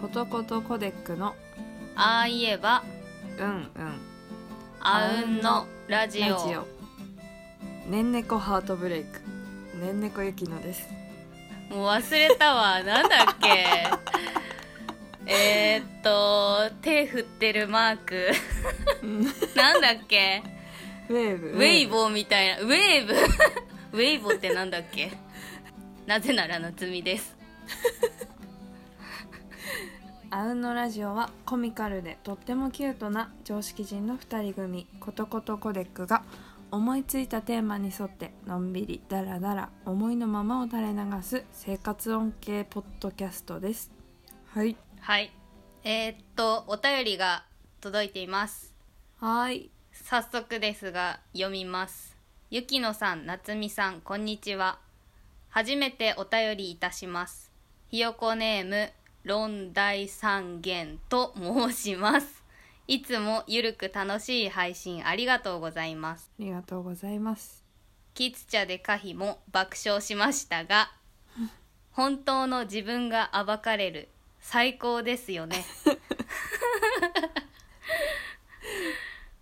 男とコデックのああ言えばうんうんあうんのラジオラジオねんねこハートブレイクねんねこゆきのですもう忘れ たわなんだっけえーっと手振ってるマークうんウなんだっけェーブウェイボーみたいなウェーブ ウェイボーってなんだっけなぜなら夏美ですあうんのラジオはコミカルでとってもキュートな常識人の2人組ことことコデックが思いついたテーマに沿ってのんびりだらだら思いのままを垂れ流す生活音系ポッドキャストですはいはいえーっとお便りが届いていますはーい早速ですが読みますゆきのさん夏美さんこんにちは初めてお便りいたしますひよこネームロンダイ三元と申しますいつもゆるく楽しい配信ありがとうございますありがとうございますキツチャで可否も爆笑しましたが本当の自分が暴かれる最高ですよね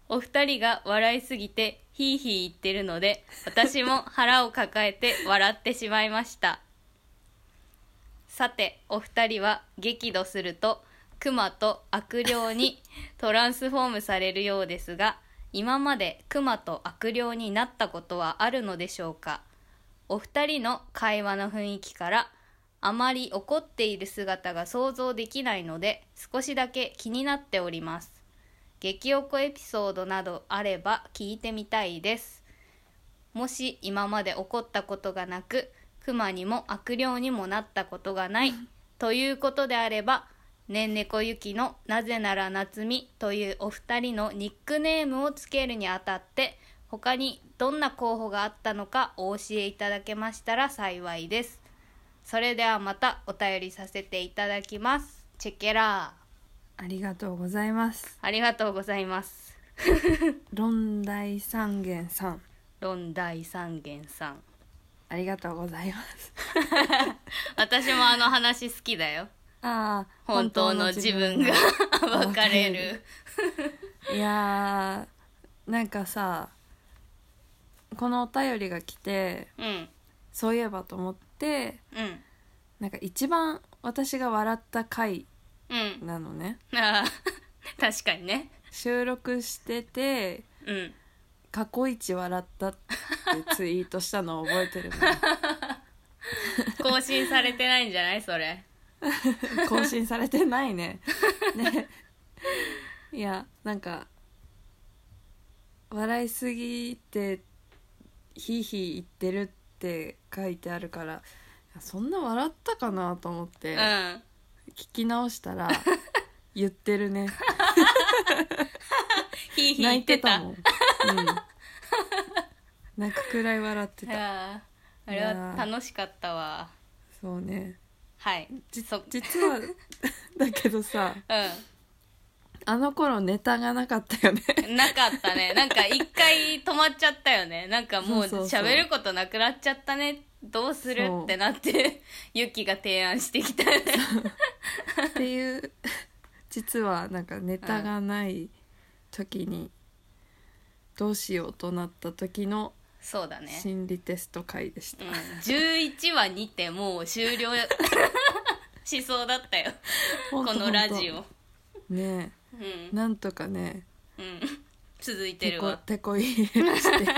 お二人が笑いすぎてヒーヒー言ってるので私も腹を抱えて笑ってしまいましたさてお二人は激怒するとクマと悪霊にトランスフォームされるようですが今までクマと悪霊になったことはあるのでしょうかお二人の会話の雰囲気からあまり怒っている姿が想像できないので少しだけ気になっております激おこエピソードなどあれば聞いてみたいですもし今まで起こったことがなくクマにも悪霊にもなったことが ないということであればねんねこゆきの「なぜなら夏美」というお二人のニックネームをつけるにあたって他にどんな候補があったのかお教えいただけましたら幸いですそれではまたお便りさせていただきますチェケラーありがとうございますありがとうございます論題三元さんロン大三元さんありがとうございます 私もあの話好きだよああ本当の自分が分かれるいやーなんかさこのお便りが来てうんそういえばと思ってうんなんか一番私が笑った回うんなのねあー 確かにね収録しててうん過去一笑ったってツイートしたのを覚えてる更新されてないんじゃないそれの更新されてないねねいやなんか笑いすぎてひいひい言ってるって書いてあるからいやそんな笑ったかなと思っうてんあ聞き直したら言ってる ねひい泣ひい言いっててたたもん、うん、泣くくらい笑ってたあーあれは楽しかったわそうねはいじそ実はだけどさうあの頃ネタがなかったよねんなかったねなんか一回止まっちゃったよねなんかもうそうそうそう喋ることなくなっちゃったねどうするそうってなってユキが提案してきたねっていう 実はなんかネタがない時にどうしようとなった時のそうだね、心理テスト会でした、うん、11話にてもう終 了しそうだったよほこんとのラジオほんとねうえん、なんとかねうん、続いててるこわてこ入れして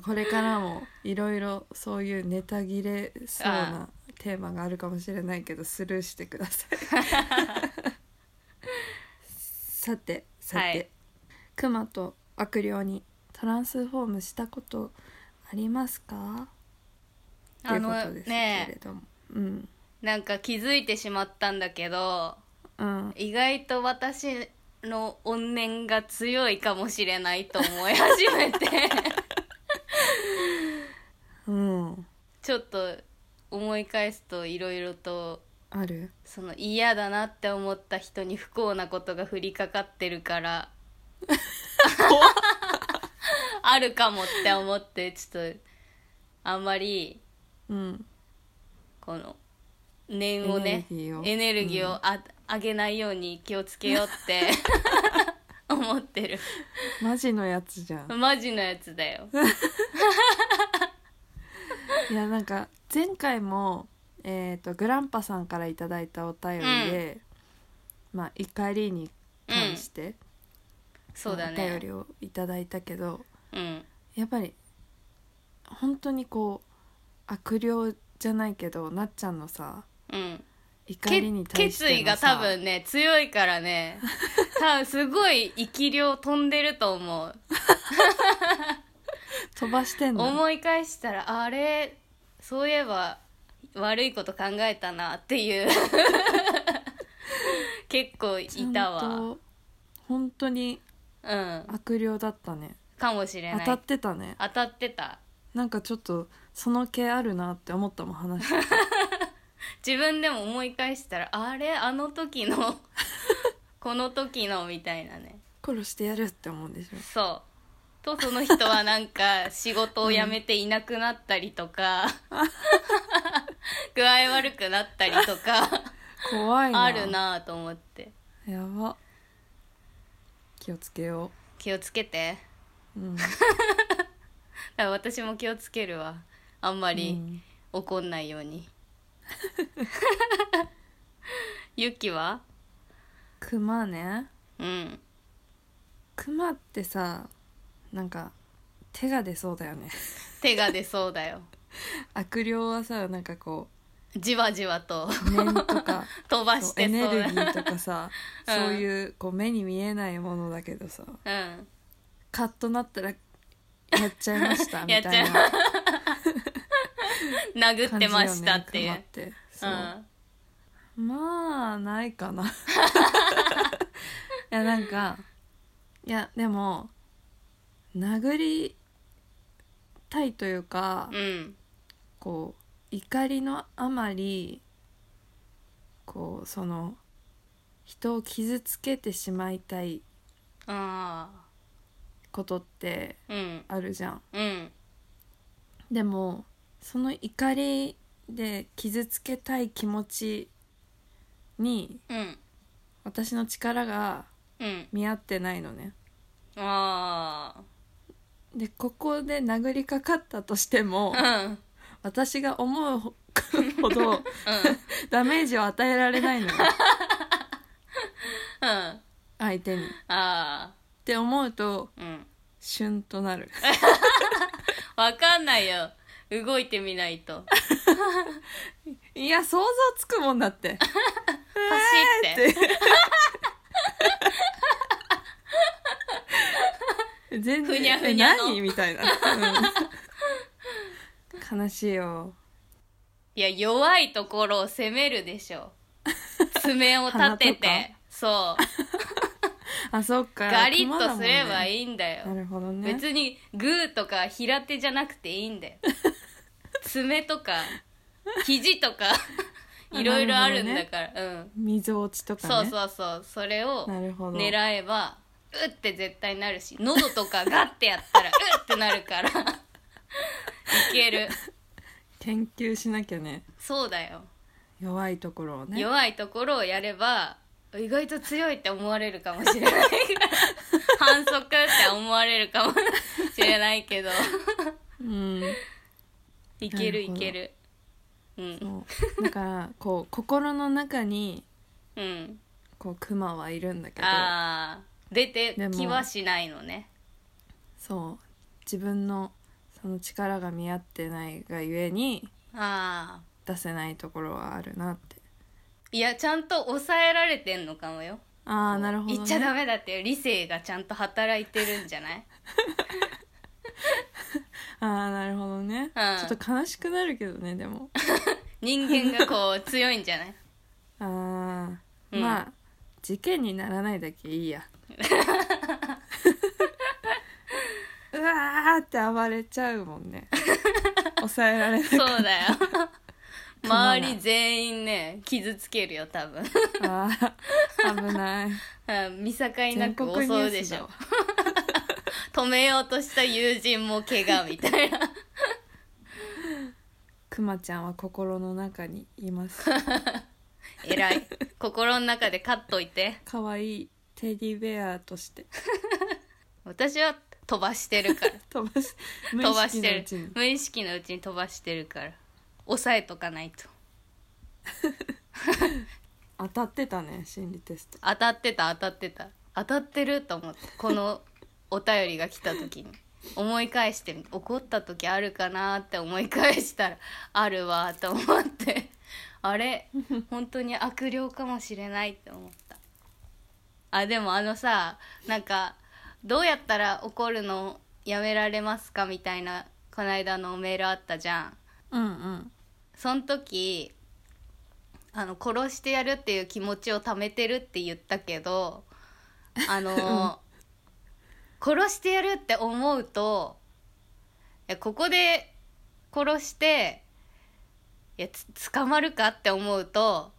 これからもいろいろそういうネタ切れそうなテーマがあるかもしれないけどスルーしてくだ さいさてさて、はい熊と悪霊にトランスフォームしたことありますかといあうこのとですけれねども、うんなんか気づいてしまったんだけどうん意外と私の怨念が強いかもしれないと思い始め てうんちょっと思い返すといろいろとあるその嫌だなって思った人に不幸なことが降りかかってるからあるかもって思ってちょっとあんまりうんこの念をねエネルギーをエネルギーをあ、上げないように気をつけようって 思ってるマジのやつじゃんマジのやつだよいやなんか前回も、えー、とグランパさんからいただいたお便りで、まあ怒りに関して、そうだお便ねりをいただいたけどうんやっぱり本当にこう悪霊じゃないけどなっちゃんのさうん怒けりに対して決のさ意が多分ね強いからね多分すごい生き量飛んでると思う飛ばしてんの思い返したらあれそういえば悪いこと考えたなっ ていう結構いたちゃんわと本当にうん悪霊だったねかもしれ当ないたってたね当たってたなんかちょっとその気あるなって思ったもん 話して自分でも思い返したらあれあの時の この時のみたいなね殺してやるって思うんでしょそうとその人はなんか仕事を辞めていなくなったりとか 具合悪くなったりとか怖いなあるなぁと思ってやば気をつけよ気をつけてう、うん、だから私も気をつけるわあんまあり怒んないよ うにユキは熊ねうん熊ってさなんか手が出そうだよね 手が出そうだよ悪霊はさなんかこじわじわとう念 とか飛ばしそうエてネそうルギだーとかさ、うんそういうこう目に見えないものだけどさうんカッとなったらやっちゃいましたみたやいっなちゃい感じ殴よってましたっていう熊ってうそう、んまあないかないやなんかいやでも殴りたいというか、うんこう怒りのあまりこうその人を傷つけてしまいたいあことってあうんあるじゃんうんでもその怒りで傷つけたい気持ちにうん私の力がうん見合ってないのねあでここで殴りかかったとしてもあうん私が思うほほど ダメージを与えられないのようんあ相手に。っあて思うとーうんシュンとなるわかんないよ動いてみない とパシいや想像つくもんだってって全然ふにゃふにゃのえ何みたいな、うん悲しいよいや弱いところを攻めるでしょ爪を立て鼻とかてそうあそっかガリッとすればいいいんだよなるほどね別にグーとか平手じゃなくていいんだ よ爪とか肘とかいろいろあるんだから、うん溝落ちとかそうねそうそうそれをなるほど狙えばうって絶対なるし喉とかガッてやったらうってな るからいける研究しなきゃねそうだよ、弱いところをね弱いところをやれば意外と強いって思われるかもしれないから反則って思われるかもしれない けどうんいけなるほるいどけるうんそうだからこう心の中にうんこうクマはいるんだけどあー出てでもきはしないのねそう自分のその力が見合ってないがゆえにああ出せないところはあるなっていやちゃんと抑えられてんのかもよああなるほど、ね、言っちゃダメだってよ理性がちゃんと働いてるんじ ゃないああなるほどね、うんちょっと悲しくなるけどねでも人間がこう強いんじゃ ないあー、うんまあ事件にならないだけい いやうわーって暴れちゃうもんね抑えられないそう だよ周り全員ね傷つけるよ多分あー危ないうん見境な全く国襲ニュうーでスし だわょ 止めようとした友人も怪我みたいなくまちゃんは心の中にいます えらい心の中で勝っといて可愛いテディベアとして私は飛ばしてるから飛ばし無意飛ば識しのうてちにる無意識のうちに飛ばしてるから抑えとかないと当たってたね心理テスト当たってた当たってた当たってると思ってこのお便りが来た時に 思い返してみて怒った時あるかなって思い返したら あるわと思って あれ本当に悪霊かもしれないって思ったあでもあのさなんかどうやったら怒るのやめられますかみたいなこの間のメールあったじゃんうんうんその時あの殺してやるっていう気持ちを貯めてるって言ったけどあの、殺してやるって思うといやここで殺していやつ捕まるかって思うと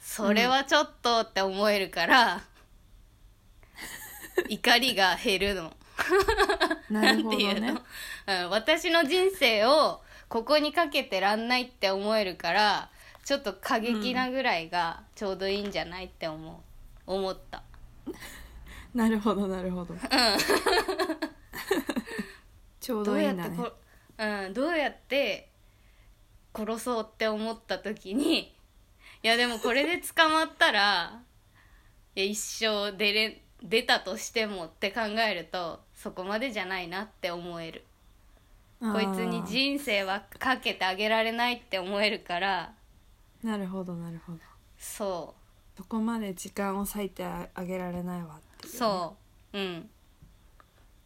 それはちょっとって思えるから、怒りが減るの。なるほどなんていうねの うん、私の人生をここにかけてらんないって思えるからちょっと過激なぐらいがちょうどいいんじゃないって思う思ったなるほどなるほど ちょうどどういいやんってだねこ、うん、どうやって殺そうって思った時にいやでもこれで捕まったら いや一生出れ出たとしてもって考えるとそこまでじゃないなって思えるあーこいつに人生はかけてあげられないって思えるからなるほどなるほどそそこまで時間を割いてあげられないわってういうそううん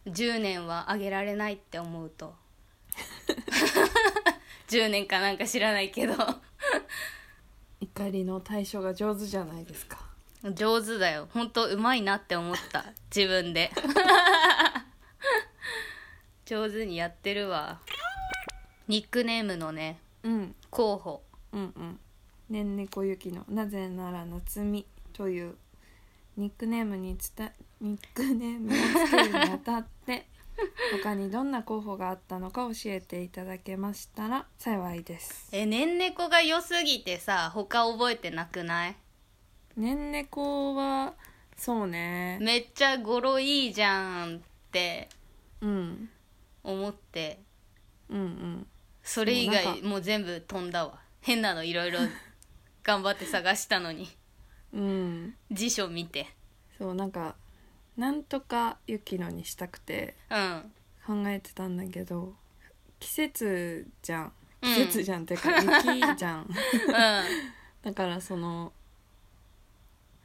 10年はあげられないって思う と10年かなんか知らないけど怒りの対処が上手じゃないですか上手だよほんとうまいなって思った自分 で上手にやってるわニックネームのねうん候補うんうん「ねんねこゆきのなぜなら夏み」というニックネームにつたニックネームをつけるにあたって他にどんな候補があったのか教えていただけましたら幸いですえねんねこが良すぎてさ他覚えてなくないねんねこはそうねめっちゃ語呂いいじゃんってうん思ってうんうんそれ以もうな外んもう全部飛んだわ変なのいろいろ頑張って探したのにうん辞書見てそうなんかなんとかゆきのにしたくてうん考えてたんだけど季節じゃんうん季節じゃん、っていうか雪じゃんうんだからその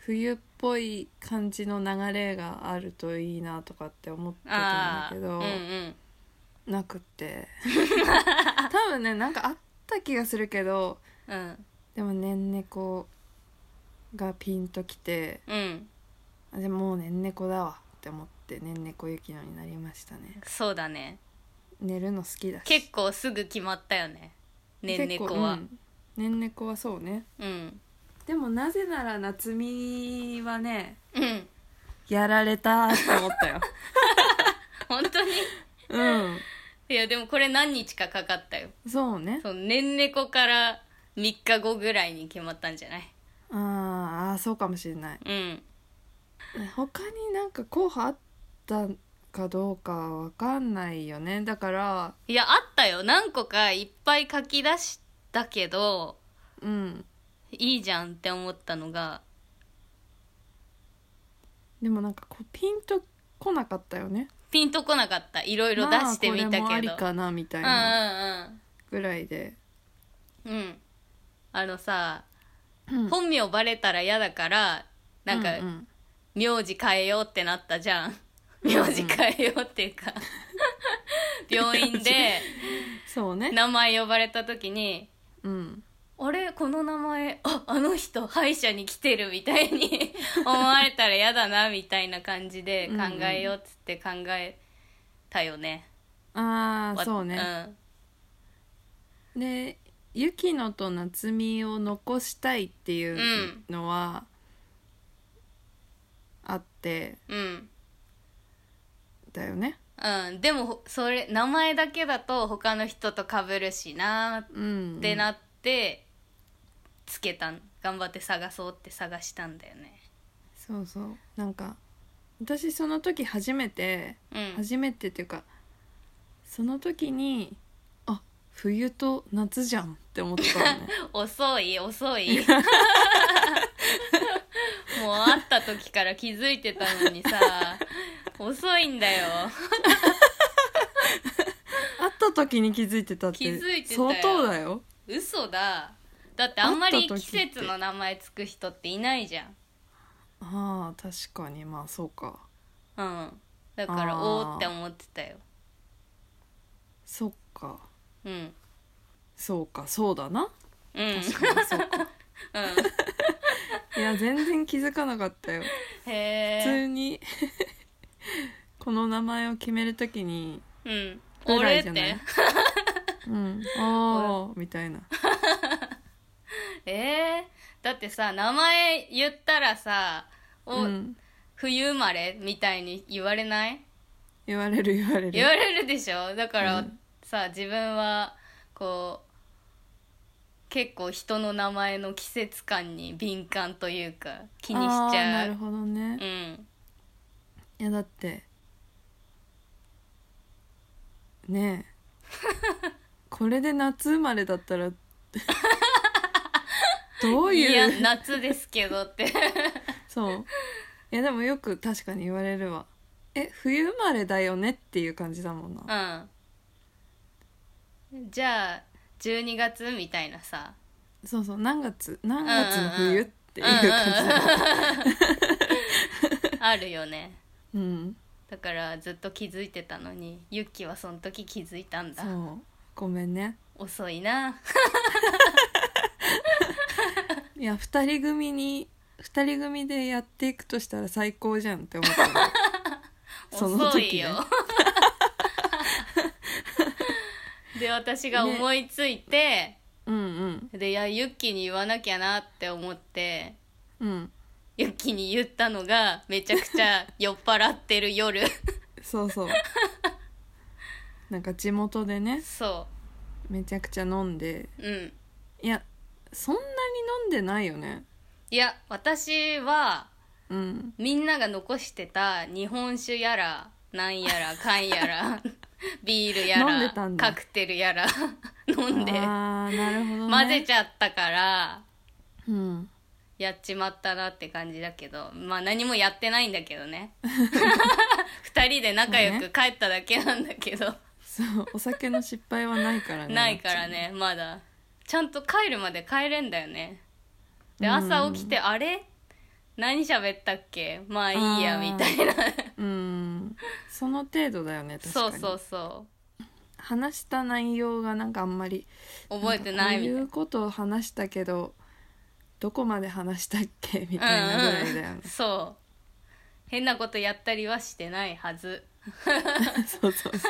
冬っぽい感じの流れがあるといいなとかって思ってたんだああけうんど、うんなくって 多分ねなんかあった気がするけどうんでもねんねこがピンときてうんあでももうねんねこだわって思ってねんねこゆきのになりましたねそうだね寝るの好きだし結構すぐ決まったよねねんねこ結構うはんねんねこはそうねうんでもなぜなら夏美はねうんやられたって思ったよ本当にうんいやでもこれ何日かかかったよそうねそのねんねこから3日後ぐらいに決まったんじゃないあーあーそうかもしれないうん他になんか候補あったかどうかわかんないよねだからいやあったよ何個かいっぱい書き出したけどうんいいじゃんって思ったのがでもなんかこうピンとこなかったよねピンとこなかったいろいろ出してみたけど、まあ、これもありかなみたいなうぐらいで、んうんうんうんあのさ、うん本名バレたら嫌だからなんか、ううん名字変えようってなったじゃん 名字変えようっていうか病院でそうね名前呼ばれた時にうんあれこの名前ああの人歯医者に来てるみたいに 思われたら嫌だなみたいな感じで考えようっつって考えたよね。ああわそうね、でゆきのと夏美を残したいっていうのはあってうんうんだよね、うん、でもそれ名前だけだと他の人と被るしなーっうんてなって、つけたん頑張って探そうって探したんだよねそうそうなんか私その時初めてうん初めてっていうかその時にあ冬と夏じゃんって思ったの ね遅い遅 い もう会った時から気づいてたのにさ遅いんだよ会った時に気づいてたって気づいてたよ相当だよ嘘だだってあんまり会った季時って節の名前つく人っていないじゃんああ確かにまあそうかうんだからあーおーって思ってたよそっかうんそうかそうだなうんうん確かにそうかいや全然気づかなかったよへ普え通に この名前を決めるときにうん「ぐら俺いっじゃないてうん「ああ」みたいな えー、だってさ名前言ったらさお、うん、冬生まれみたいに言われない言われる言われる言われるでしょだから、うんさ自分はこう結構人の名前の季節感に敏感というか気にしちあーなゃるうほどね、いうやんだってねえこれで夏生まれだったらどういやいう夏ですけどって そういやでもよく確かに言われるわえ冬生まれだよねっていう感じだもんなうんじゃあ12月みたいなさそうそう何月何月の冬っていううんうんうん感じだもんあるよねうんだからずっと気づいてたのにユッキはその時気づいたんだそうごめんね遅いないや2人組に2人組でやっていくとしたら最高じゃんって思ったの その 遅い時ねよで私が思いついて、うんうんでいやユッキに言わなきゃなって思ってうんユッキに言ったのがめちゃくちゃ酔っ払って る夜そう そうなんか地元でねそめちゃくちゃ飲んでううんいやそんなに飲んでないよねいや私はうんみんなが残してた日本酒やらなんや らかんやらビールや飲んらでたんだカクテル やら飲んでああなるほど、ね、混ぜちゃったからうんやっちまったなって感じだけどまあ何もやってないんだけ どね二人で仲良く帰っただけなんだ けど、そうお酒の失敗はないからねないからねまだちゃんと帰るまで帰れんだよねでうん朝起きて、あれ何喋ったっけまあいいやあーみたいなうんその程度だよね確かそうにそうそ話した内容がなんかあんまりう覚えてないんかこみたいういなうことを話したけどどこまで話したっけみうたいなぐらいだよんねうん、、そう変なことやったりはしてないはずそうそうそ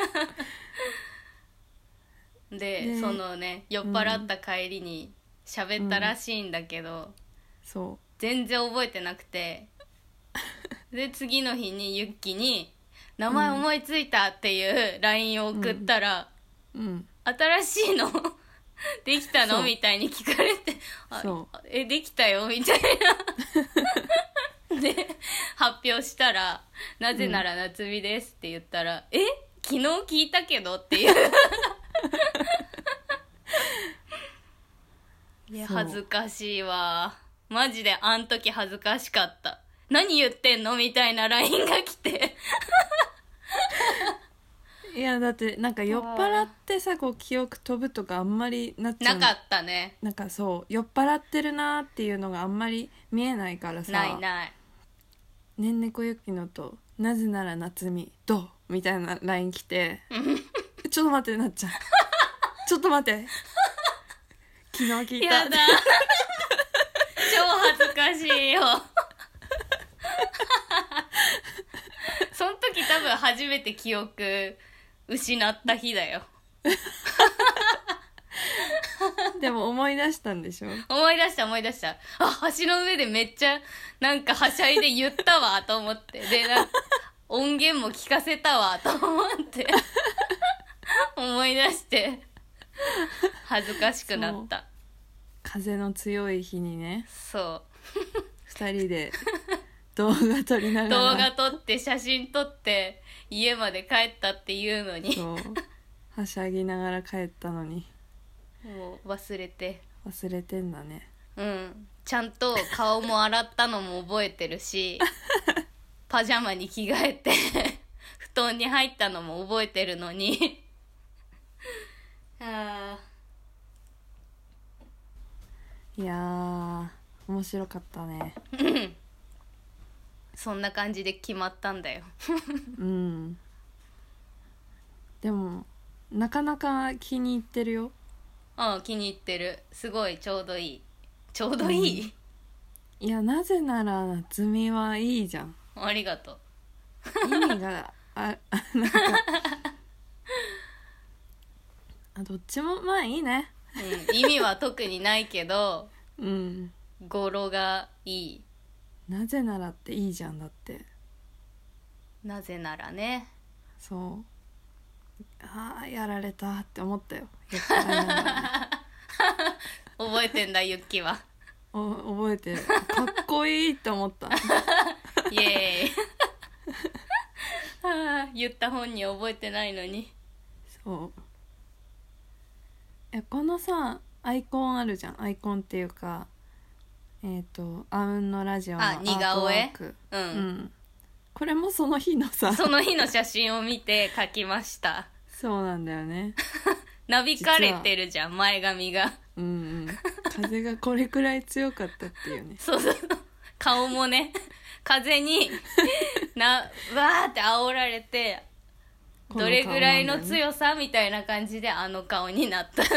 うで、ねそのね酔っ払った帰りに喋ったらしいんだけど、そ全然覚えてなくてで次の日にユッキに「名前思いついた」っていう LINE を送ったらううん「新しいの できたその?」うみたいに聞かれて「あそうえできたよ」みたいな で発表したら「なぜなら夏美です」って言ったら「え昨日聞いたけど」っていう いやそう恥ずかしいわマジであん時恥ずかしかった何言ってんのみたいな LINE が来ていやだってなんか酔っ払ってさこう記憶飛ぶとかあんまりなっちゃなうかったねなんかそう酔っ払ってるなーっていうのがあんまり見えないからさないないねんねこゆきのと「なぜなら夏美どう?」みたいな LINE 来 て「ちょっと待ってなっちゃんちょっと待って昨日聞いたやだ超恥ずかしいよその時多分初めて記憶失った日だよでも思い出したんでしょ思い出した思い出したあ橋の上でめっちゃなんかはしゃいで言ったわと思ってでなん音源も聞かせたわと思って思い出して恥ずかしくなった風の強い日にねそう2人 で動画撮りながら動画撮って写真撮って家まで帰ったっていうのにそうはしゃぎながら帰ったのにもう忘れて忘れてんだねうんちゃんと顔も洗ったのも覚えてるしパジャマに着替えて 布団に入ったのも覚えてるのに あいやー面白かったねーそんな感じで決まったんだようんでもなかなか気に入ってるようん気に入ってるすごいちょうどいいちょうどいい、いやなぜなら夏美はいいじゃんありがとう意味があ あなんかあどっちもまあいいねうん、意味は特にないけどうん語呂がいいなぜならっていいじゃんだってなぜならねそうああやられたって思ったよやったらなら覚えてんだユッキは お覚えてるかっこいいって思ったイエーイ あー言った本人覚えてないのにそういやこのさアイコンあるじゃんアイコンっていうかえっ、とあうんのラジオのあアートワークう、うんんこれもその日のさその日の写真を見て書きましたそうなんだよねなびかれてるじゃん前髪が うんうん風がこれくらい強かったっていうねそうそうそう顔もね風になわーって煽られてこのど顔れぐらいのなんだよね強さみたいな感じであの顔になった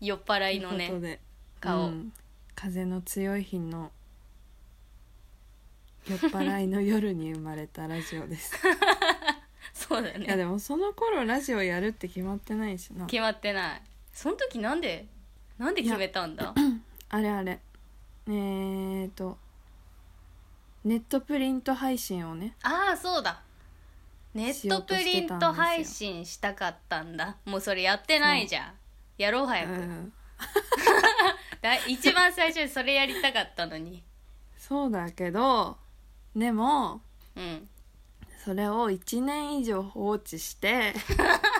酔っ払いのということねで顔うん風の強い日の酔っ払いの夜に生まれたラジオです そうだいやねでもその頃ラジオやるって決まってないしな決まってないその時なんでなんで決めたんだあれあれえー、とネットプリント配信をねああそうだネットプリント配信したかったんだもうそれやってないじゃんやろう早く、うんだ一番最初にそれやりたかったのにそうだけどでもうんそれを1年以上放置して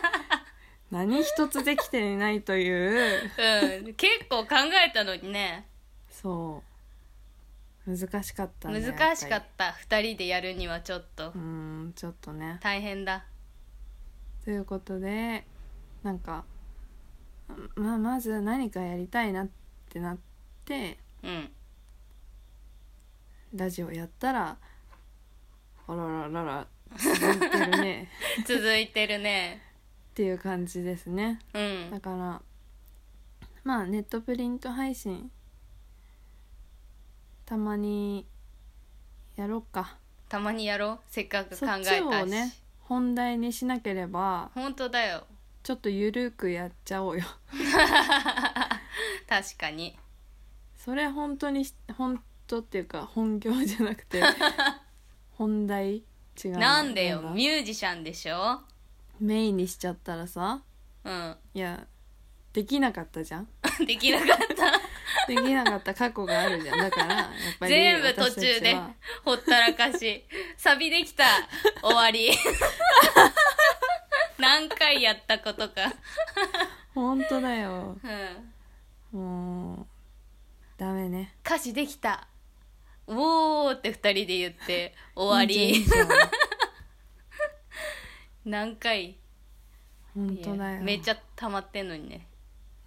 何一つできていないといううん結構考えたのにねそう難しかったね難しかやっぱた2人でやるにはちょっとりうーんちょっとね大変だということでなんかまあまず何かやりたいなってなってうんラジオやったらあらららら続いてる ね続いてるねっていう感じですねうんだからまあネットプリント配信たまにやろうかたまにやろうせっかく考そっえちたをし、ね本題にしなければ本当だよちょっとゆるくやっちゃおうよ 確かにそれ本当にし本当っていうか本業じゃな くて本題違うのなんでよだミュージシャンでしょメインにしちゃったらさうん いやできなかったじゃんできなかったできなかった過去があるじゃんだからやっぱり全部私途たちは中でほったらかしサビできた終わ り何回やったことか本当だようんもうダメね歌詞できた「おー」って2人で言って終わり人生は何回本当だよめっちゃ溜まってんのにね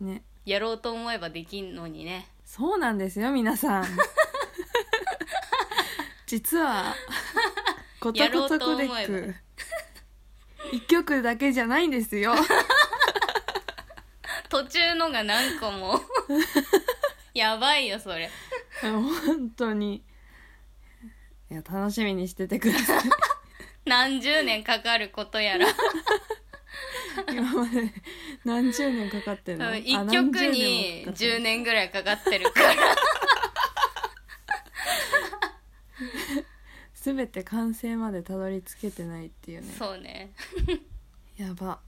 ねやろうと思えばできんのにねそうなんですよ皆 さん実はことことコデッやろうと思えク一曲だけじゃないんです よ途中のが何 個もやばいよそれ本当にいや楽しみにしててくだ さい何十年かかることやら今まで何十年かかってんの一あ何曲十年にもかかってんの 10年ぐらいかかってるから全て完成までたどり着けてないっていうねそうねやば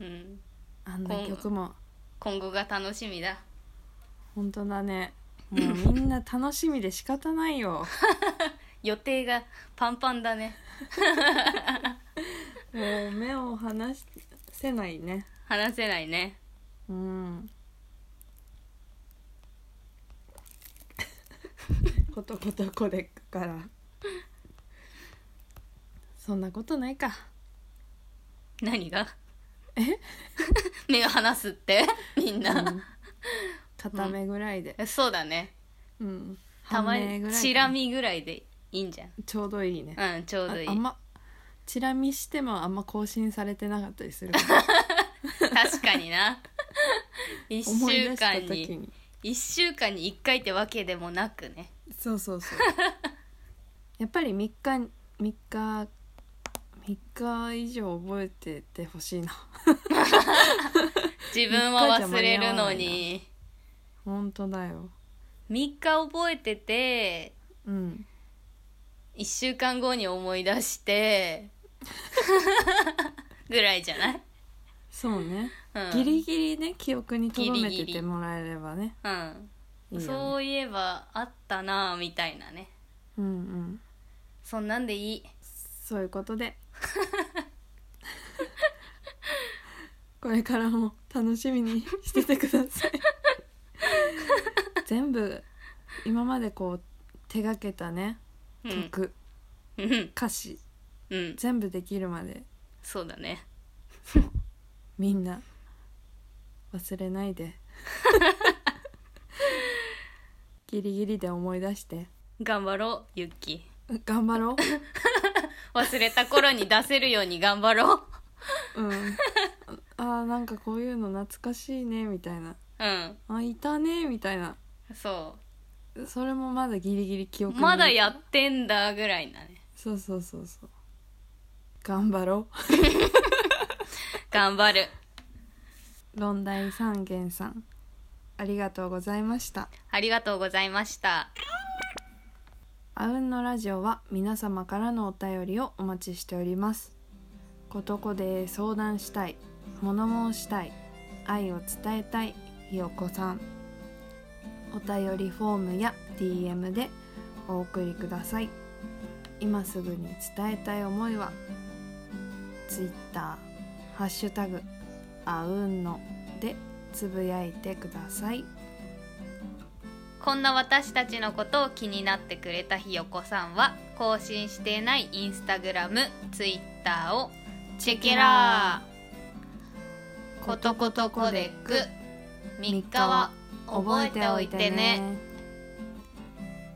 うんあんな曲も今後が楽しみだ本当だねもうみんな楽しみで仕方ないよ予定がパンパンだねもう目を離せないね話せないねうんことことコデックからそんなことないか何がえ 目が離すってみんな、片目ぐらいで、そうだねうん、たま半目ぐらいにかなチラ見ぐらいでいいんじちょうどいいね、ゃんうんちょうどいいああんまチラ見してもあんま更新されてなかったりするから確か にな一思い週出した間時にに一週間に一回ってわけでもなくねそうそうそう やっぱり3日3日3日以上覚えててほしいな 自分は忘れるのに本当だよ3日覚えててうん1週間後に思い出して ぐらいじゃない、そうね、うん、ギリギリね記憶に留めギリててギリもらえればねうんいいよねそういえばあったなあみたいなねうんうんそんなんでいいそういうこと でこれからも楽しみにしててください 全部今までこう手がけたねうん曲、うん歌詞うん全部できるまでそうだねみんな忘れないで ギリギリで思い出して頑張ろうユッキー頑張ろ忘れた頃に出せるように頑張ろ うう、うん、あーなんかこういうの懐かしいねみたいなうんあいたねみたいなそそれもまだギリギリ記う憶にまだやってんだぐらいなねそうそうそうそう頑張ろ頑張るう 論題三元さんありがとうございましたありがとうございましたあうんのラジオは皆様からのお便りをお待ちしておりますことこで相談したい物申したい愛を伝えたいひよこさんお便りフォームや DM でお送りください今すぐに伝えたい思いは Twitter「ハッシュタグあうんの」でつぶやいてくださいこんな私たちのことを気になってくれたひよこさんは更新していないインスタグラムツイッターをチェケラーコトコトコデック3日は覚えておいてね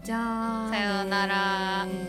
じゃあさようならね